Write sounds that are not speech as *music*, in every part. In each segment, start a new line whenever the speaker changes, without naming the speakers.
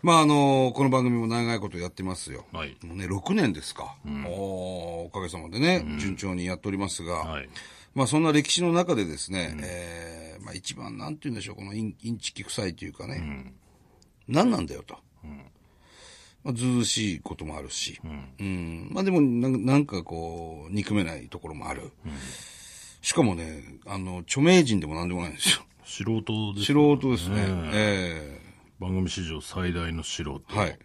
まああの、この番組も長いことやってますよ。
はい
もうね、6年ですか。おーおかげさまでね、順調にやっておりますが、
はい
まあそんな歴史の中でですね、えーまあ一番なんて言うんでしょう、このインインチキ臭いというかね、何なんだよと。まあ、ずうずうしいこともあるし、うん。まあでもなん、なんかこう、憎めないところもある。しかもね、あの、著名人でも何でもないんですよ。
素人です、
素人ですね。え
番組史上最大の素人。
えはい。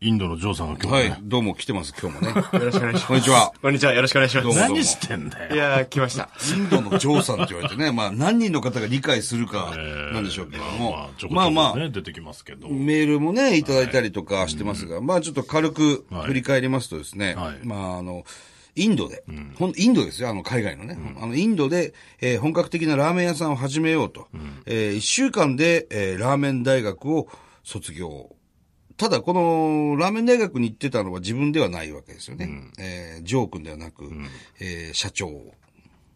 インドのジョーさんが今
は
日ね。
い、どうも来てます、今日もね。
*laughs*
よろしくお願いします。
こんにちは。
こんにちは。よろしくお願いしま
どうも
す。
何してんだ
い
よ。
やー、来ました。
インドのジョーさんって言われてね、まあ何人の方が理解するかなんでしょうけども、
まあ、ちょこちょ
まあ
こ、ね
まあ、
出てきますけど。
メールもね、いただいたりとかしてますが、まあちょっと軽く振り返りますとですね、
はい
まああの、インドで、ほん、インドですよ、あの海外のね。あのインドで、えー本格的なラーメン屋さんを始めようと。え1週間で、えーラーメン大学を卒業。ただ、このラーメン大学に行ってたのは自分ではないわけですよね。えージョー君ではなく、えー社長。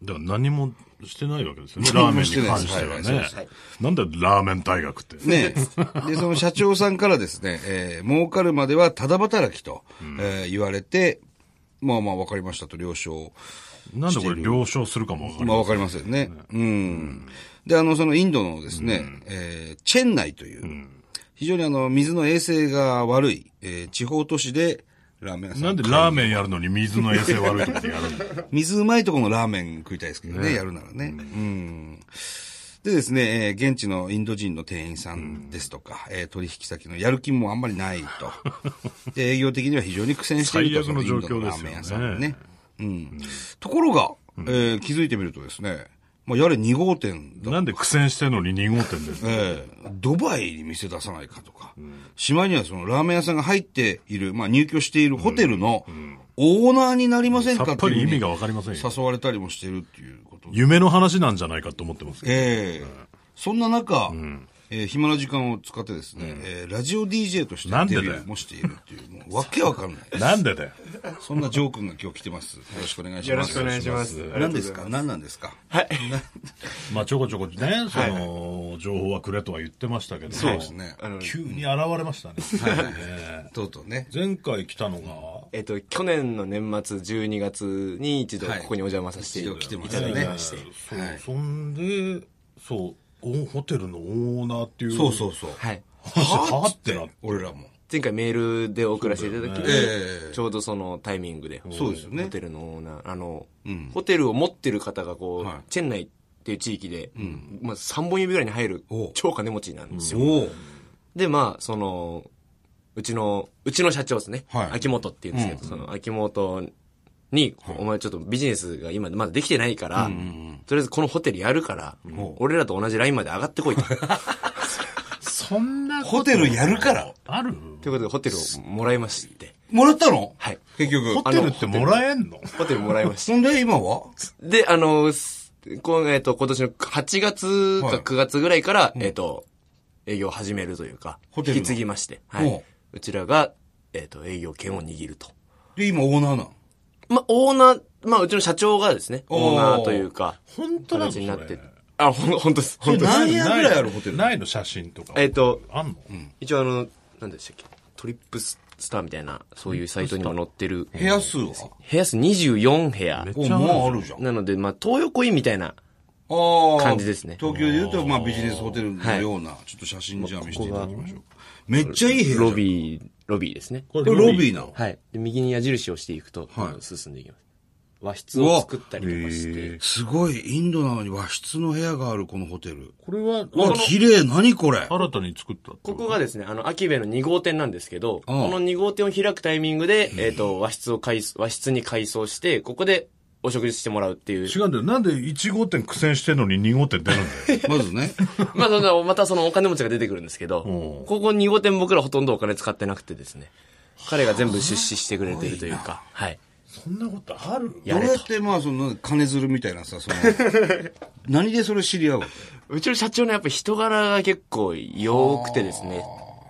だから何もしてないわけですよね。ラー
何
メン
も
に
してない
関
です
しては
はいはい
ね
そう。
なんだよラーメン大学って。
ねえ。で、その社長さんからですね、えー儲かるまではただ働きと、えー言われて、まあまあわかりましたと了承。
なんでこれ了承するかもわかり
まあ
ま
わ
せん
かりませんね。うん。で、あの、そのインドのですね、えーチェンナイという、非常にあの、水の衛生が悪い、えー地方都市で、ラーメン屋さん。
なんでラーメンやるのに水の衛生悪いとこでやるんだ
*laughs*
よ。
水うまいとこのラーメン食いたいですけどね、やるならね。うん。でですね、えー現地のインド人の店員さんですとか、えー取引先のやる気もあんまりない
*laughs*
と。で、営業的には非常に苦戦していると。
最悪の
そインド
状況
の
で
ラ
す
ー
よね
メン屋さんね。うん。ところが、えー気づいてみるとですね、まあ、やれ2号店だ。
なんで苦戦してんのに2号店です
えードバイに店出さないかとか、しまいにはそのラーメン屋さんが入っている、まあ入居しているホテルのオーナーになりません
さ
か
っ
って
ぱ
いうふう
り
に
意味がわかりませんよ。
誘われたりもしてるっていうことで。
夢の話なんじゃないかと思ってますけど。
ええそんな中、えー暇な時間を使ってですね、えーラジオ DJ として
なんで
デ
だよ
ビューもしているっていう、もうわけわかんない。
なんでだよ。
そんなジョー君が今日来てます。よろしくお願いします。
よろしくお願いします。
何ですか何なんですか
はい。
まあちょこちょこね、その、情報はくれとは言ってましたけど、そう
ですね
あの
急に現れましたね。ええ
とうとうね。
前回来たのが、
えっと、去年の年末12月に一度ここにお邪魔させてい
はい一度来てます
ただ
ね
きまして。
そう、そんで、そう、おホテルのオーナーっていう。
そうそうそう。
はい。
はあってなって。
俺らも。
前回メールで送らせていただき、
ええ
ちょうどそのタイミングで。
そうですよね
ホテルのオーナー、あの、ホテルを持ってる方がこう、
はい
チェン内っていう地域で、まあ3本指ぐらいに入る
おう
超金持ちなんですよ。
おう
で、まあ、その、うちの、うちの社長ですね。
はい
秋元って言うんですけど、その、秋元に、お前ちょっとビジネスが今まだできてないから、とりあえずこのホテルやるから、俺らと同じラインまで上がってこい *laughs* と。という
そんなこと
ホテルやるから。
ある
ことで、ホテルをもらいまして。
もらったの
はい。
結局。
ホテルってもらえんの
ホテルもらいまし
そんで今は
た。 *laughs* で、あの、すこうえっと、今年の8月
はい
か9月ぐらいから、えっと、営業を始めるというか、
ホ
引
テルの
き継ぎまして、は
おう
い。うちらが、えっと、営業権を握ると。
で、今オーナーなの
まあ、オーナー、まあ、うちの社長がですね、
おー
オーナーというか、
本当なの
形になって
それ。
あ、ほん、ほんと *laughs* です。ほんとです。
何部屋ぐらいあるホテル
ないの写真とか。
えっと
あんの
一応あの、なんでしたっけ、トリップスターみたいな、そういうサイトにも載ってる。
部屋数は
部屋数24部屋
め。っ
お
ちゃあるじゃん
もうあるじゃん。
なので、まあ、東横インみたいな、
ああ。
感じですね
東京で言うと、まあビジネスホテルのような、ちょっと写真じゃあ見せていただきましょうか。めっちゃいい部屋じゃん。
ロビー、ロビーですね。
こ
これロビーなの。
はい。で、右に矢印をしていくと、
はい
進んでいきます。和室を作ったりとかして、
すごい、インドなのに和室の部屋がある、このホテル。
これは、
わ、綺麗、何これ。
新たに作ったって
こ
こと
こがですね、あの、秋部の2号店なんですけど、こ
ああ
の2号店を開くタイミングで、えっ、と、和室を改装、和室に改装して、ここでお食事してもらうっていう。
違うんだよ。なんで1号店苦戦してんのに2号店出るん
*laughs*
だよ。
まずね。
*laughs* まあ、そんなまたそのお金持ちが出てくるんですけど、
う
こ
ん
こ2号店僕らほとんどお金使ってなくてですね、彼が全部出資してくれてるというか、はい。
そんなことある
ど
*laughs* や
う
れ
や
と
って、まあ、その、金づるみたいなさ、
*laughs*
その、何でそれ知り合うわ
うちの社長のやっぱ人柄が結構良くてですね、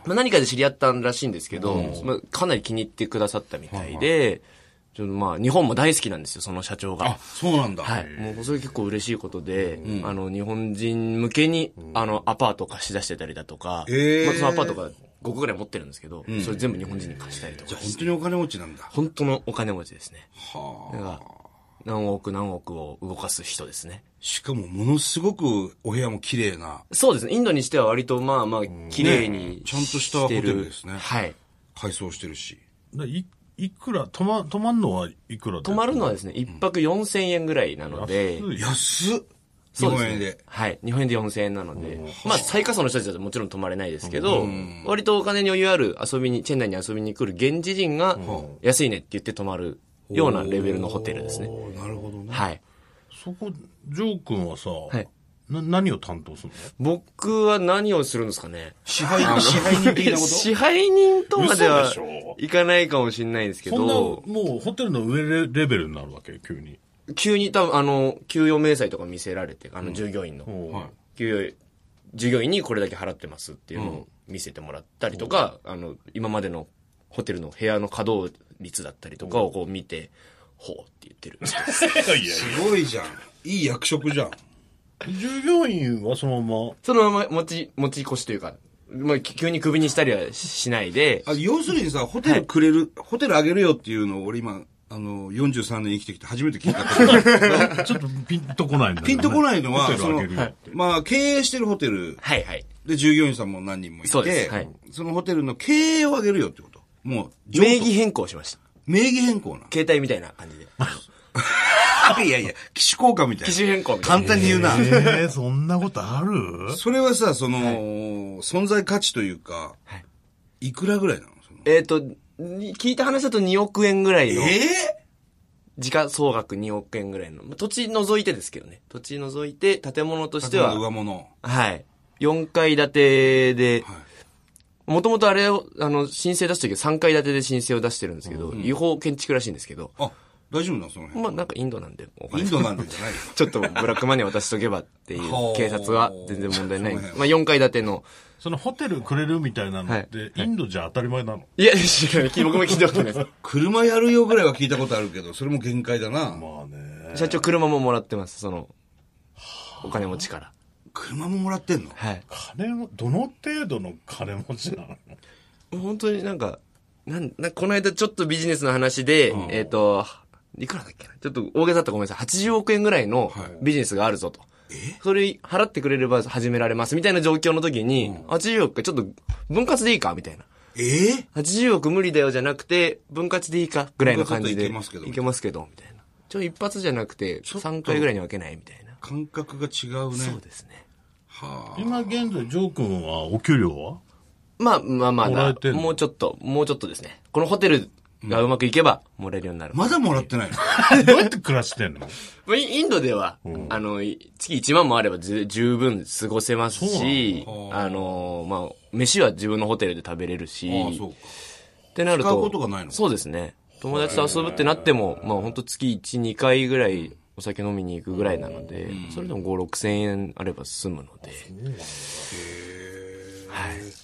まあ、何かで知り合ったらしいんですけど、まあ、かなり気に入ってくださったみたいで、ちょっとまあ、日本も大好きなんですよ、その社長
あ
が、。
そうなんだ。
はい。もうそれ結構嬉しいことで、あの、日本人向けに、あの、アパートを貸し出してたりだとか、
へー
まあ、そのアパートが5個ぐらい持ってるんですけど、それ全部日本人に貸したりと
じゃ
か
あ本当にお金持ちなんだ。
本当のお金持ちですね。
はあ。
だから、何億何億を動かす人ですね。
しかもものすごくお部屋も綺麗な
そうですね。インドにしては割とまあまあ、綺麗に、
ねちゃんとしたホテルですね
はい。
改装してるし。
でいいくら、泊ま、泊まんのはいくらで
泊まるのはですね、一泊4000円ぐらいなので、
安い
安っ日
そう
本
すね
円で。
はい。日本円で4000円なので、まあ、最下層の人たちだともちろん泊まれないですけど、割とお金に余裕ある遊びに、チェン内に遊びに来る現地人が、安いねって言って泊まるようなレベルのホテルですね。
おーなるほどね。
はい。
そこ、ジョー君はさ、
い
な何を担当する
僕は何をするんですかね。
支配人、支配人的なこと
支配人とまでは
嘘でしょ
いかないかもしれないですけ
のそんな、
ど、
もうホテルの上レレベルになるわけよ、急に。
急に多分あの、給与明細とか見せられて、あの従業
*laughs*
員の、
おう
はい
給与、従業員にこれだけ払ってますっていうのを見せてもらったりとか、あの、今までのホテルの部屋の稼働率だったりとかをこう見て、ほうって言ってる。
いやいや
すごいじゃん。いい役職じゃん。
従業員はそ
*laughs*
のまま、
*laughs* そのまま持ち、持ち越しというか、まあ、急にクビにしたりはししないで、
あ要するにさ、ホテルくれる、ホテルあげるよっていうのを俺今、あの、43年生きてきて初めて聞いたこと
ちょっとピンとこないんだけどね、
ピンとこないのは、
ホテル
そ
あ
の
げるよって、
まあ、経営してるホテル
はいはい。
で従業員さんも何人もい
そうで
て、
すはい
そのホテルの経営をあげるよってこと。もう、譲渡
名義変更しました。
名義変更な。
携帯みたいな感じで。
いやいや、機種交換みたいな。
*laughs* 機種変更みたいな
簡単に言うな。
えー、そんなことある
それはさ、その、存在価値というか、い、くらぐらいなのその
えっ、と、に聞いた話だと2億円ぐらいの、
え
時価総額2億円ぐらいの、まあ土地除いてですけどね。土地除いて、建物と
ー、
して
上
は、
物。
はい。4階建てで、
はい
もともとあれを、あの、申請出した時は3階建てで申請を出してるんですけど、違法建築らしいんですけど、
あ、大丈夫なのその辺。
まあなんかインドなんで、お
イ
金
ンドなんてじゃないよ。
ちょっとブラックマネー渡しとけばってい
ほ
う *laughs*
う
警察は全然問題ないんで
そ
す。
う
まあ4階建ての、
そのホテルくれるみたいなのって、
はい
インドじゃ当たり前なの、
いや、知らない。僕も聞いたことないで
車やるよぐらいは聞いたことあるけど、それも限界だな。
まあね。
*laughs* す。社長車ももらってます、その、お金持ちから。
車ももらってんの
はい。
金も、どの程度の金持ちなの
本当になんか、なん、なんかこの間ちょっとビジネスの話で、えっ、と、いくらだっけなちょっと大げさだったらごめんなさい。80億円ぐらいのビジネスがあるぞと。それ払ってくれれば始められますみたいな状況の時に、80億かちょっと分割でいいかみたいな。
ええ
80億無理だよじゃなくて、分割でいいかぐらいの感じで。
分割だとい
い
け
けますけど、みたいな。ちょ、一発じゃなくて、3回ぐらいに分けないみたいな。
感覚が違うね。
そうですね。
はあ。
今現在、ジョー君はお給料は
まあまあま
もらえ
あ
てんの
もうちょっと、もうちょっとですね。このホテルがうまくいけば、もらえるようになる。
まだもらってないの
どうやって暮らしてんの
まあイインドでは、あの、い月1万もあればず十分過ごせますし、あの、まあ、飯は自分のホテルで食べれるし、
ああ、そうか。
ってなると。
使うことがないの
そうですね。友達と遊ぶってなっても、まあ本当月1、2回ぐらいお酒飲みに行くぐらいなので、それでも5、6千円あれば済むので。
*laughs*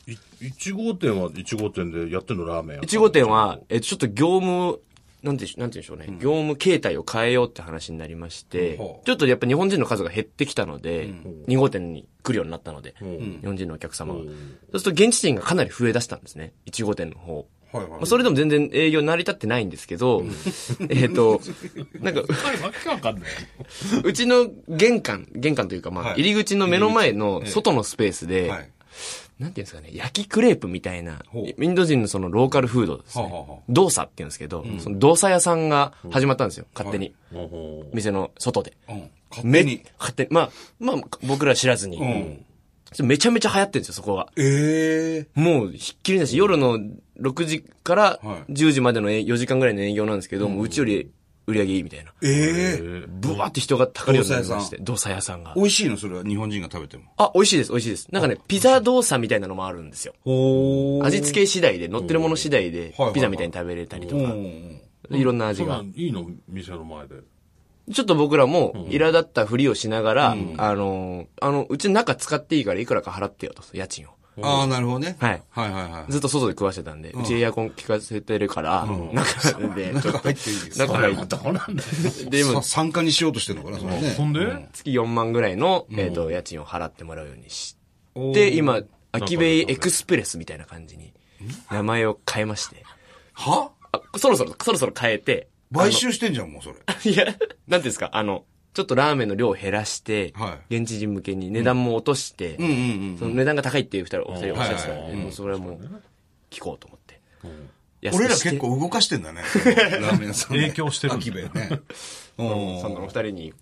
い ?1 号店は1号店でやってんのラーメン
1号店は、え、ちょっと業務、なんて、なんて言うんでしょうね、業務形態を変えようって話になりまして、
ほう
ちょっとやっぱ日本人の数が減ってきたので、2号店に来るようになったので、
ん
日本人のお客様が。そうすると現地人がかなり増え出したんですね、1号店の方。
はいは
ま
い
あ、。それでも全然営業成り立ってないんですけど、 *laughs* えっと、なんか、
わけわかんない。
うちの玄関、玄関というか、ま
は
あ、
い
入り口の目の前の外のスペースで、
はい。
なんていうんですかね、焼きクレープみたいな、
ほう
インド人のそのローカルフードですね。
はあはあはあ
動作っていうんですけど、その動作屋さんが始まったんですよ、勝手に。店の外で。
うん。勝手
め
に。
勝手に。まあ、まあ、僕ら知らずに。
うん。
めちゃめちゃ流行ってるんですよ、そこが。
ええ
もう、ひっきりなし、夜の6時から
はい
10時までの4時間ぐらいの営業なんですけど、もううちより売り上げいいみたいな。
ええ
ブワーって人が高いようになりまして、動作屋さんが。
美味しいのそれは日本人が食べても。
あ、美味しいです、美味しいです。なんかね、ピザ動作みたいなのもあるんですよ。
ほ
味付け次第で、乗ってるもの次第で
はいはい、
ピザみたいに食べれたりと
う
か、
ん。
いろんな味
そんな
が
ん。いいの店の前で。
ちょっと僕らも、苛立ったふりをしながら、あの、あの、うちの中使っていいからいくらか払ってよと、家賃を。
ああ、なるほどね。
はい
はいはいはい。
ずっと外で食わしてたんで、うちエアコン効かせてるから、中で、 *laughs* ちょっ
入っていいです
と、中入っ
*laughs* どうなんだ
て、で、
さ
今、
参加にしようとしてるのかな、それね。
そんで、
月4万ぐらいの、えっと、家賃を払ってもらうようにして、今、秋ベイエクスプレスみたいな感じに、名前を変えまして。
は
あ、そろそろ、そろそろ変えて、 *laughs*
買収してんじゃん、もうそれ。
いや、なんていうんですか、あの、ちょっとラーメンの量を減らして、
は
現地人向けに値段も落として、
うんうん
そ
うん。
の値段が高いっていう二人、お二人おっしゃってたん
はい
で、
はい
もうそれはもう、聞こうと思って。安く
俺ら
して
結構動かしてん
*laughs*
だね。そのラーメン屋さんね。
影響してるんだ
秋部ね。う
*laughs* その
ん
お二人に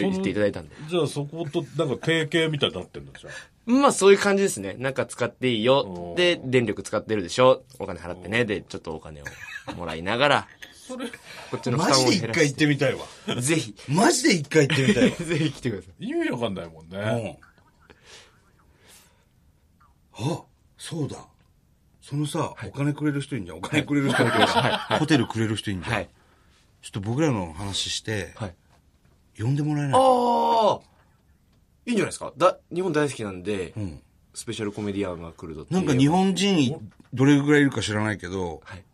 言っていただいたんで。
じゃあそことなんか提携みたいになってんだじゃ
まあそういう感じですね。なんか使っていいよ
お。ー
で、電力使ってるでしょ。お金払ってね。で、ちょっとお金をもらいなが *laughs* ら、こっちの負
マ
担
ジで
を減
一
ら
回
し
行ってみたいわ。
て。ぜ *laughs* ひ、
マジで一回行ってみたいわ。
ぜひ来てください。
意味わかんないもん
うん
ね。。
あ、そうだ。そのさ、お金くれる人いんじゃん。お金くれる人いるから、ホテルくれる人いんじゃん。
はい。
ちょっと僕らの話して、
はい。
呼んでもらえない
ああいいんじゃないですかだ、日本大好きなんで、
うん。
スペシャルコメディアンが来るぞってい
な
うん
か日本人、どれぐらいいるか知らないけど、
はい。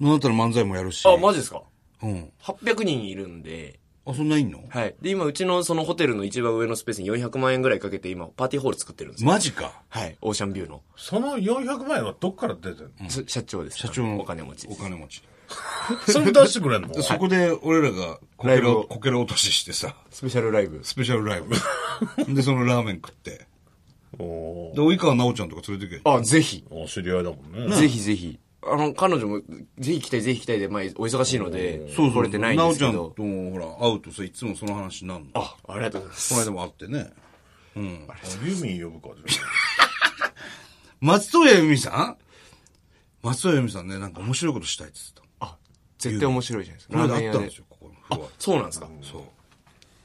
なんだったら漫才もやるし。
あ、マジですか
うん。
?800 人いるんで、
あ、そんないんの
はい。で、今、うちのそのホテルの一番上のスペースに400万円ぐらいかけて、今、パーティーホール作ってるんですよ。
マジか。
はい。オーシャンビューの、
その400万円はどっから出てんの
す社長です。
社長の。
お金持ちで
お
す。
金持ち。
*laughs* *laughs* それ出してくれんの
そこで俺らがこ
ラ
け
イブ
ら、
を
こけら落とししてさ、
スペシャルライブ。
スペシャルライ
*laughs*
ブ。で、そのラーメン食って。
おー
で、及川奈緒ちゃんとか連れてけ。
あ、ぜひ。
お知り合いだもんね。
ぜひぜひ。あの、彼女も、ぜひ来たい、ぜひ来たいで、まあ、お忙しいので、来れてないんです
奈
け
緒ち。ゃ
ど
んともほら、会うとさ、いつもその話になるの。こ
あ、ありがとうございます。
の間も会ってね。
ユーミン呼ぶか、じゃ
松任谷由実さん松任谷由実さんね、なんか面白いことしたいって言ってた。
あ、絶対面白いじゃないですか。
この間会
ラ
っ
ー
たん
メ
で
ン屋です
よ、ここのフロア。
そうなんですか。
そう。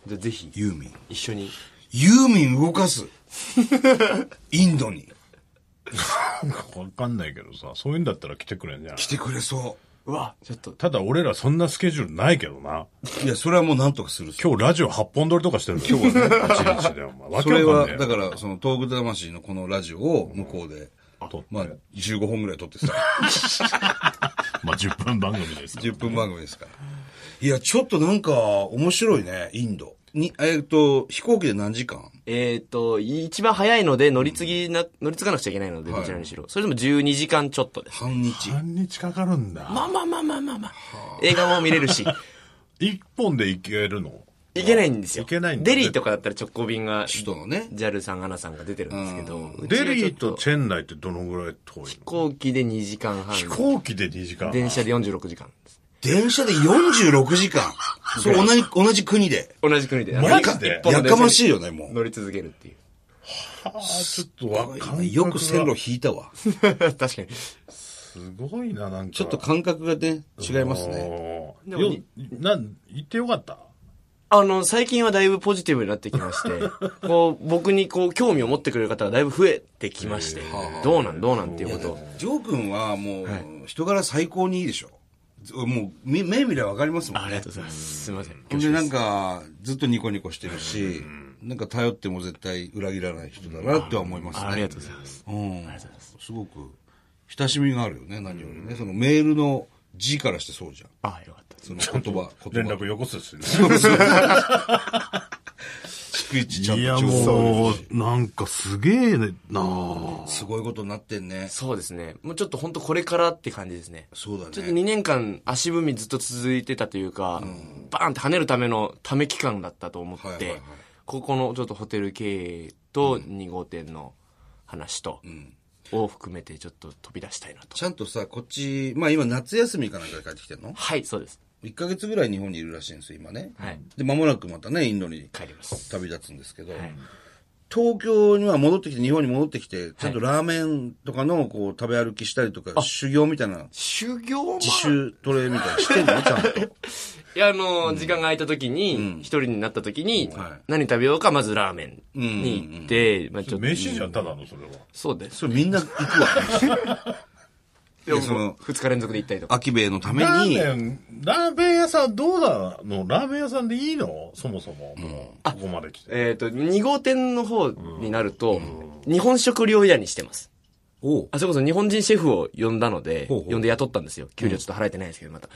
じゃあぜひ、
ユーミン。
一緒に。
ユーミン動かす。
*laughs*
インドに。
ん。なん *laughs* かわかんないけどさ、そういうんだったら来てくれんじゃん
来。てくれそう
わ、ちょっと。
ただ俺らそんなスケジュールないけどな。
う。いや、それはもうなんとかする。
今日ラジオ8本撮りとかしてる今 *laughs* 日はね。1日で、お前。わ
そ
けわ
れ
か
は、
んねえ
だから、その、東北魂のこのラジオを向こうで、
と
まあ、15本ぐらい撮ってさ、 *laughs*
まあ、10分番組ですから
10分番組ですから。いや、ちょっとなんか、面白いね、インド。に、えっと、飛行機で何時間
えっ、と、一番早いので乗り継ぎな、乗り継がなくちゃいけないので、どちらにしろ。それでも12時間ちょっとです。
半日。
半日かかるんだ。
まあまあまあまあまあまあ。映画も見れるし。
一本でいけるの
*laughs* いけないんですよ。
いけないんだ
デリーとかだったら直行便が、
首都のね。
JAL さん、アナさんが出てるんですけど。うち
デ
はちょ
リ
っ
ーとチェンナイってどのぐらい遠いの
飛行機で2時間半。
飛行機で2時間。
電車で46時間です。
電車で46時間。それ同じ、同じ国で。
同じ国で。
マジで
一本の
や
電車
か
に
ましいよね、もう。
乗り続けるっていう。 *laughs*
あーちょっとわかんない。
よく線路引いたわ。ち
確かに。
すごいな、なんか。ち
ょっと感覚がね、違いますね。
ね。
でも
よ、なん、行ってよかった
あの、最近はだいぶポジティブになってきまして、こう、僕にこう、興味を持ってくれる方がだいぶ増えてきまして、どうなんどうなんっていうことを。
ジョー君はもう、人柄最高にいいでしょ。ずもう、み目見ればわかりますもん
ありがとうございます。すいません。
ほんでなんか、ずっとニコニコしてるし、なんか頼っても絶対裏切らない人だなっては思いますね。
ありがとうございます。
うん。すごく、親しみがあるよね、何よりね。そのメールの字からしてそうじゃん。
あよかったです。
その言葉、言
連
葉。
絡よこすしね。
*laughs* 逐一ちゃん
い
と
や、
情報を
もう、なんかすげえねなあ
すごいことになってんね。
そうですね。もうちょっと本当これからって感じですね。
そうだ
ちょっと
ね。
2年間足踏みずっと続いてたというか、バーンって跳ねるためのため期間だったと思って、
はいはいはい
ここのちょっとホテル経営と2号店の話と、を含めてちょっと飛び出したいなと。
ちゃんとさ、こっち、まあ今夏休みかなんかで帰ってきてんの
はい、そうです。
1ヶ月ぐらい日本にいるらしいんですよ、今ね。
はい
で、間もなくまたね、インドに
帰ります。
旅立つんですけど、
はい
東京には戻ってきて、日本に戻ってきて、ちゃんとラーメンとかのこう食べ歩きしたりとか、修行みたいな、
修行も
自主トレみたいなしてん *laughs* のちゃんと。
いや、あの、時間が空いた時に、一人になった時に
はい、
何食べようか、まずラーメンに行って、まあちょっと。
飯じゃん、ただの、それは。
そうです。
それみんな行くわ。 *laughs* いやその
2日連続で行ったりとか。
アキベイのため
ラ
に、
ーメン、ラーメン屋さんどうなのラーメン屋さんでいいのそもそも。もう、ここまで来て。
えっ、と、2号店の方になると、日本食料理屋にしてます。
おう
あ、それこそ日本人シェフを呼んだので、
ほうほう
呼んで雇ったんですよ。給料ちょっと払えてないですけど、また。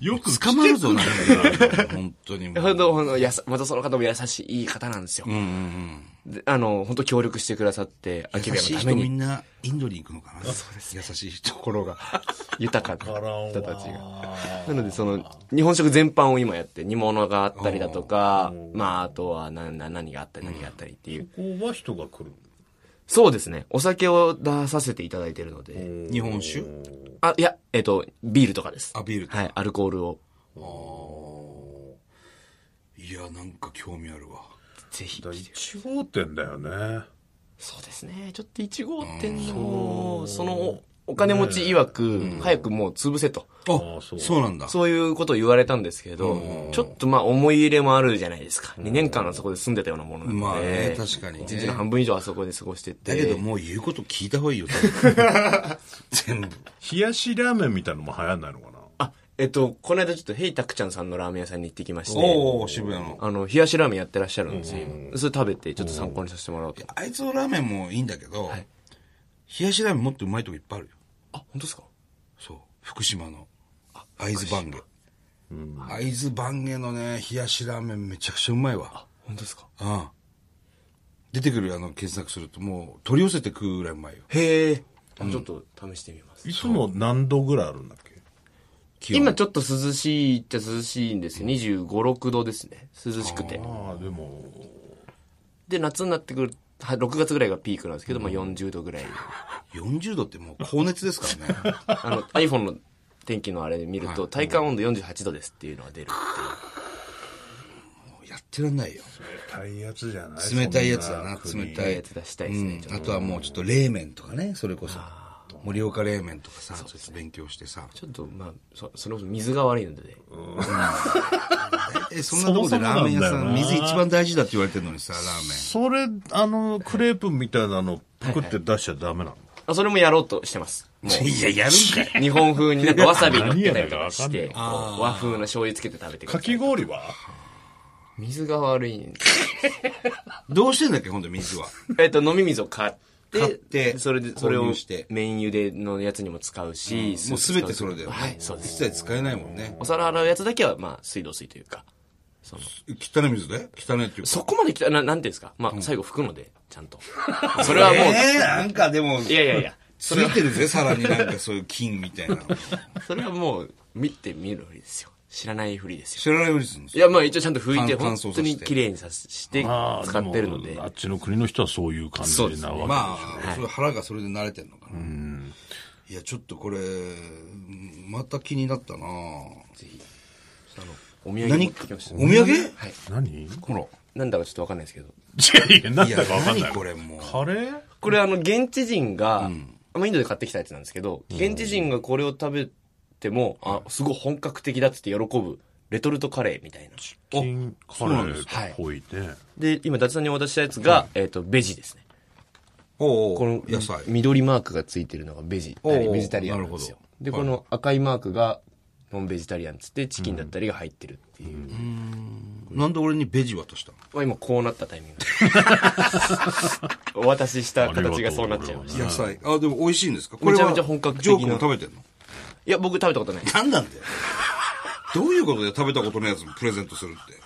よく
捕まるぞ、なんか。 *laughs* 本当にも
ほん
う。
と、ほんと、やさ、またその方も優しい、いい方なんですよ。
うんうん
であの、本当協力してくださって、
うん。
秋
優
部
しい
屋のため
人み
に
んなインドに行くのかな。そうです、優しいところが。
豊か
わから
なん人
わ
たちが。なので、その、日本食全般を今やって、煮物があったりだとか、まあ、あとは、な、な、何があったり、何があったりっていう。
ここは人が来る。
そうですね。お酒を出させていただいてるので。
日本酒
あ、いや、えっと、ビールとかです。
あビールとか
はい、アルコールを。
いや、なんか興味あるわ。
ぜひ。
1号店だよね。
そうですね。ちょっと1号店のもう、そのお、お金持ち曰く、早くもう潰せと。
あ、そ
そ
ううそうなんだ。
そういうことを言われたんですけど、ちょっとまあ思い入れもあるじゃないですか。2年間あそこで住んでたようなものなので。
まあね、確かにね。
一日の半分以上あそこで過ごしてて。
だけどもう言うこと聞いた方が *laughs* いいよ、全部。
冷やしラーメンみたいのも流行んないのかな
あ、えっと、この間ちょっとヘイタクちゃんさんのラーメン屋さんに行ってきまして、
おお渋谷の。
あの、冷やしラーメンやってらっしゃるんですよ、今それ食べて、ちょっと参考にさせてもらおうと。
あいつのラーメンもいいんだけど、冷やしラーメンもっとうまいとこいっぱいあるよ。
あ、本当ですか
そう。福島の会津番下。会津番下のね、冷やしラーメンめちゃくちゃうまいわ。
本当ですか
うん。出てくるあの検索するともう取り寄せて食うぐらいうまいよ。
へえ、ちょっと試してみます。
いつも何度ぐらいあるんだっけ
気温
今ちょっと涼しいっちゃ涼しいんですよ。25、6度ですね。涼しくて。
ああ、でも、
で、夏になってくる、は6月ぐらいがピークなんですけど、まあ40度
*laughs*
ぐらい。
40度ってもう高熱ですからね。 *laughs*
あの、iPhone の天気のあれで見ると、体感温度48度ですっていうのが出るって
もうやってらんないよ。
冷たいやつじゃない
冷たいやつだな、
そん
冷
いう
た
え
い
え。出したいですね。ちょっ
うん、あとはもうちょっと冷麺とかねそれこそ盛岡冷麺とかさちょっと勉強してさ
とちょっと、まあ、そ、それこそ水が悪いのでね。
えそんなとこでラーメン屋さ
そもそ
ん
もなんだよな
水一番大事だって言われてるのにさラー
それ、あの、クレープみたいなの、ぷくって出しちゃダメなの
あ、それもやろうとしてます。も、
メンいややるんかいう
日本風になんかわさび乗ってた
何やね
りと
ん
か
かわか
し
んねえ
て、こう和風の醤油つけて食べてく
か
ださい
き氷は
水が悪いんで。
どうしてんだっけ今度水は
*laughs* えっと、飲み水を買って、
買って
それで、それ
購
を
入して
メイン茹でのやつにも使うし、
もう全てそれだよね
はい、そうで
一
す。
切使えないもんね
お皿洗うやつだけは、まあ、水道水というか、その、
汚い水で汚いっていうか
そこまで来た、ななんていうんですかまあ、最後拭くので、ちゃんと。 *laughs* それはもう、
えー、なんかでも
いやいやいや、
ついてるぜ皿になんかそういう菌みたいなの
それはもう、見て見るふりですよ。知らないふりですよ。
知らないふりするんです
い
よ
や、まあ一応ちゃんと拭いて、
乾
本
乾燥させて
当に綺麗にさせして、使ってるので
も。あっちの国の人はそういう感じ
そうです
な
ね
わけで
まあ、それ腹がそれで慣れてんのかな。いや、ちょっとこれ、うんまた気になったな
ぜひ、あの、お土産持
何
ってきました。
お土産
はい。
何い
ほら。
なんだかちょっとわかんないですけど。
やいや、なん
いや
だかわかんない。
何これもう
カレー
これあの、現地人が、まあインドで買ってきたやつなんですけど、現地人がこれを食べても、あ、すごい本格的だっつって喜ぶ、レトルトカレーみたいな。
金カレーっぽいね。
で、今、伊達さんにお渡ししたやつが、えっと、ベジですね。
おうおう
この
野菜。
緑マークがついてるのがベジタリ
おう
ベジタリアンなんですよ
なる。
で、この赤いマークがノンベジタリアンっつってチキンだったりが入ってるっていう。
なんで俺にベジ渡したの
まあ今こうなったタイミン *laughs* グで。お渡しした形がそうなっちゃいました。
野菜。あ、でも美味しいんですか
めちゃめちゃ本格的な
これはジョー君も食べてんの
いや、僕食べたことない。
なんなんだよ。どういうことで食べたことのやつもプレゼントするって。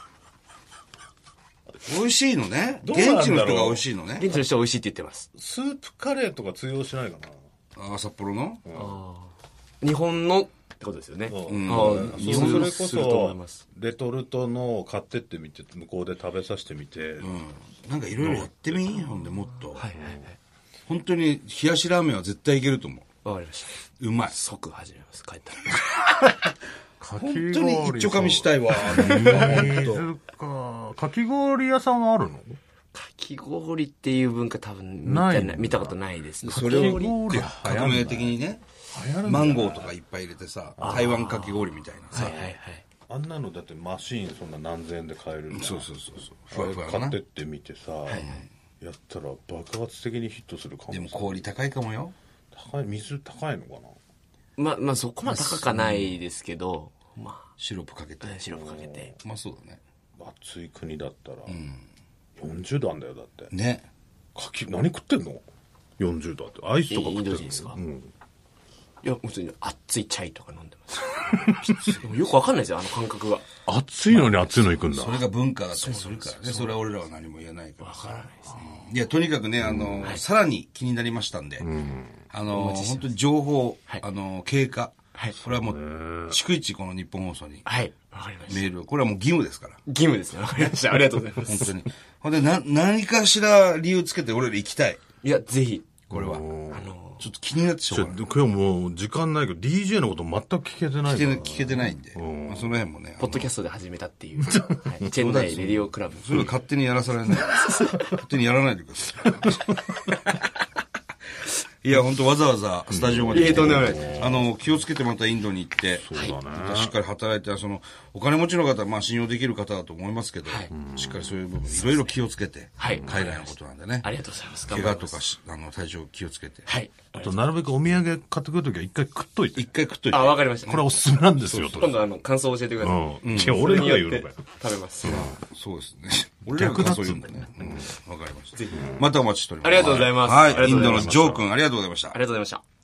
美味しいのね。
どう
現
なんだろう
地の人が美味しいのね。
現地の人は美味しいって言ってます。
スープカレーとか通用しないか
あー、札幌の
日本のってことですよね。
な。
あ
うん
あ
そ
日
そ
本
れ
の
こ
すると思います
そ。、レトルトのを買ってってみて、向こうで食べさせてみて、
うん。なんかいろいろやってみほんでもっと。
はいはいはい。
本当に冷やしラーメンは絶対いけると思
わかりました。
う。うまい。
即始めます、帰ったら。
かき
本当に一丁噛みした
い。
いわ。
水か。かき氷屋さんはあるの
かき氷っていう文化多分見
な
た
いんだ
見たことないですね。
それを
かき氷
革命的にね。
流行るんだ
マンゴーとかいっぱい入れてさ、台湾かき氷みたいなさ。
はいはいはい。
あんなのだってマシーンそんな何千円で買えるじゃん
そうそうそうそう。ふ
あ
わ
れ
ふわか
買
な
っ。てってみてさ、やったら爆発的にヒットする可
で
能
も
性
氷高いかもよ。
高い水高いのかな
まあまあそこまで高かないですけど、ま
シロップかけて
あ、。シロップかけて。
うまそうだね。
暑い国だったら、40度あんだよだって
ね。
かき何食ってんの40度あってアイスとか食ってんの
インド人ですか
うん、
いや、普通に熱いチャイとか飲んでます。でもよくわかんないです *laughs* よ、あの感覚が。
暑いのに暑いの行くんだ
そ。れが文化だったりするからね。それは俺らは何も言えないから。わからないですね。いや、とにかくね、あの、さらに気になりましたんで、あの、本当に情報、
はい
あの、経過、
はい
これはもう、逐一この日本放送に
はい。わかりました。
メールを、これはもう義務ですから。
義務ですね。わかりました。ありがとうございま
本当 *laughs*
す。
に。ほんで、な、何かしら理由つけて俺ら行きたい。
いや、ぜひ。
これは。
あの、
ちょっと気になってし
ち
ょ
ょ
うがない。
今日もう時間ないけど、DJ のこと全く聞けてな
聞
い
け
か
な
ら
い聞けてないんで、まあ、その辺もね、あ
ポ
の
ッドキャストで始めたって *laughs* いう。はいチェンナイレディオクラブ。
それは勝手にやらさ
*laughs*
れない。勝手にやらないでくださ
*laughs*
い。いや、本当わざわざスタジオまで来て、
いえとんでもないで
あの、気をつけてまたインドに行って、
そうだね
またしっかり働いて、その、お金持ちの方、まあ信用できる方だと思いますけど、
はい
しっかりそういう部分、いろいろ気をつけて、
はい
海外のことなんでね。
ありがとうございます。
怪
頑張
我
り
と
ます
かし、あの、体調気をつけて。
はい。
あと、なるべくお土産買ってくるときは一回食っといて
一。回食っといて。
あ、わかりました。
これおすすめなんですよ、とか
今。度あの、感想を教えてください。
うん。いや、俺が
によ
言う
っ
の
て
かよ。
食べます。
そうですね。俺らがそういうんだね。うんわかりました。またお待ちしております。
ありがとうございます
は
ありが
い。
と
イ
う
ン
ござ
ド
いま
の
した
ジョー君、ありがとうございました
あ。りがとうございました。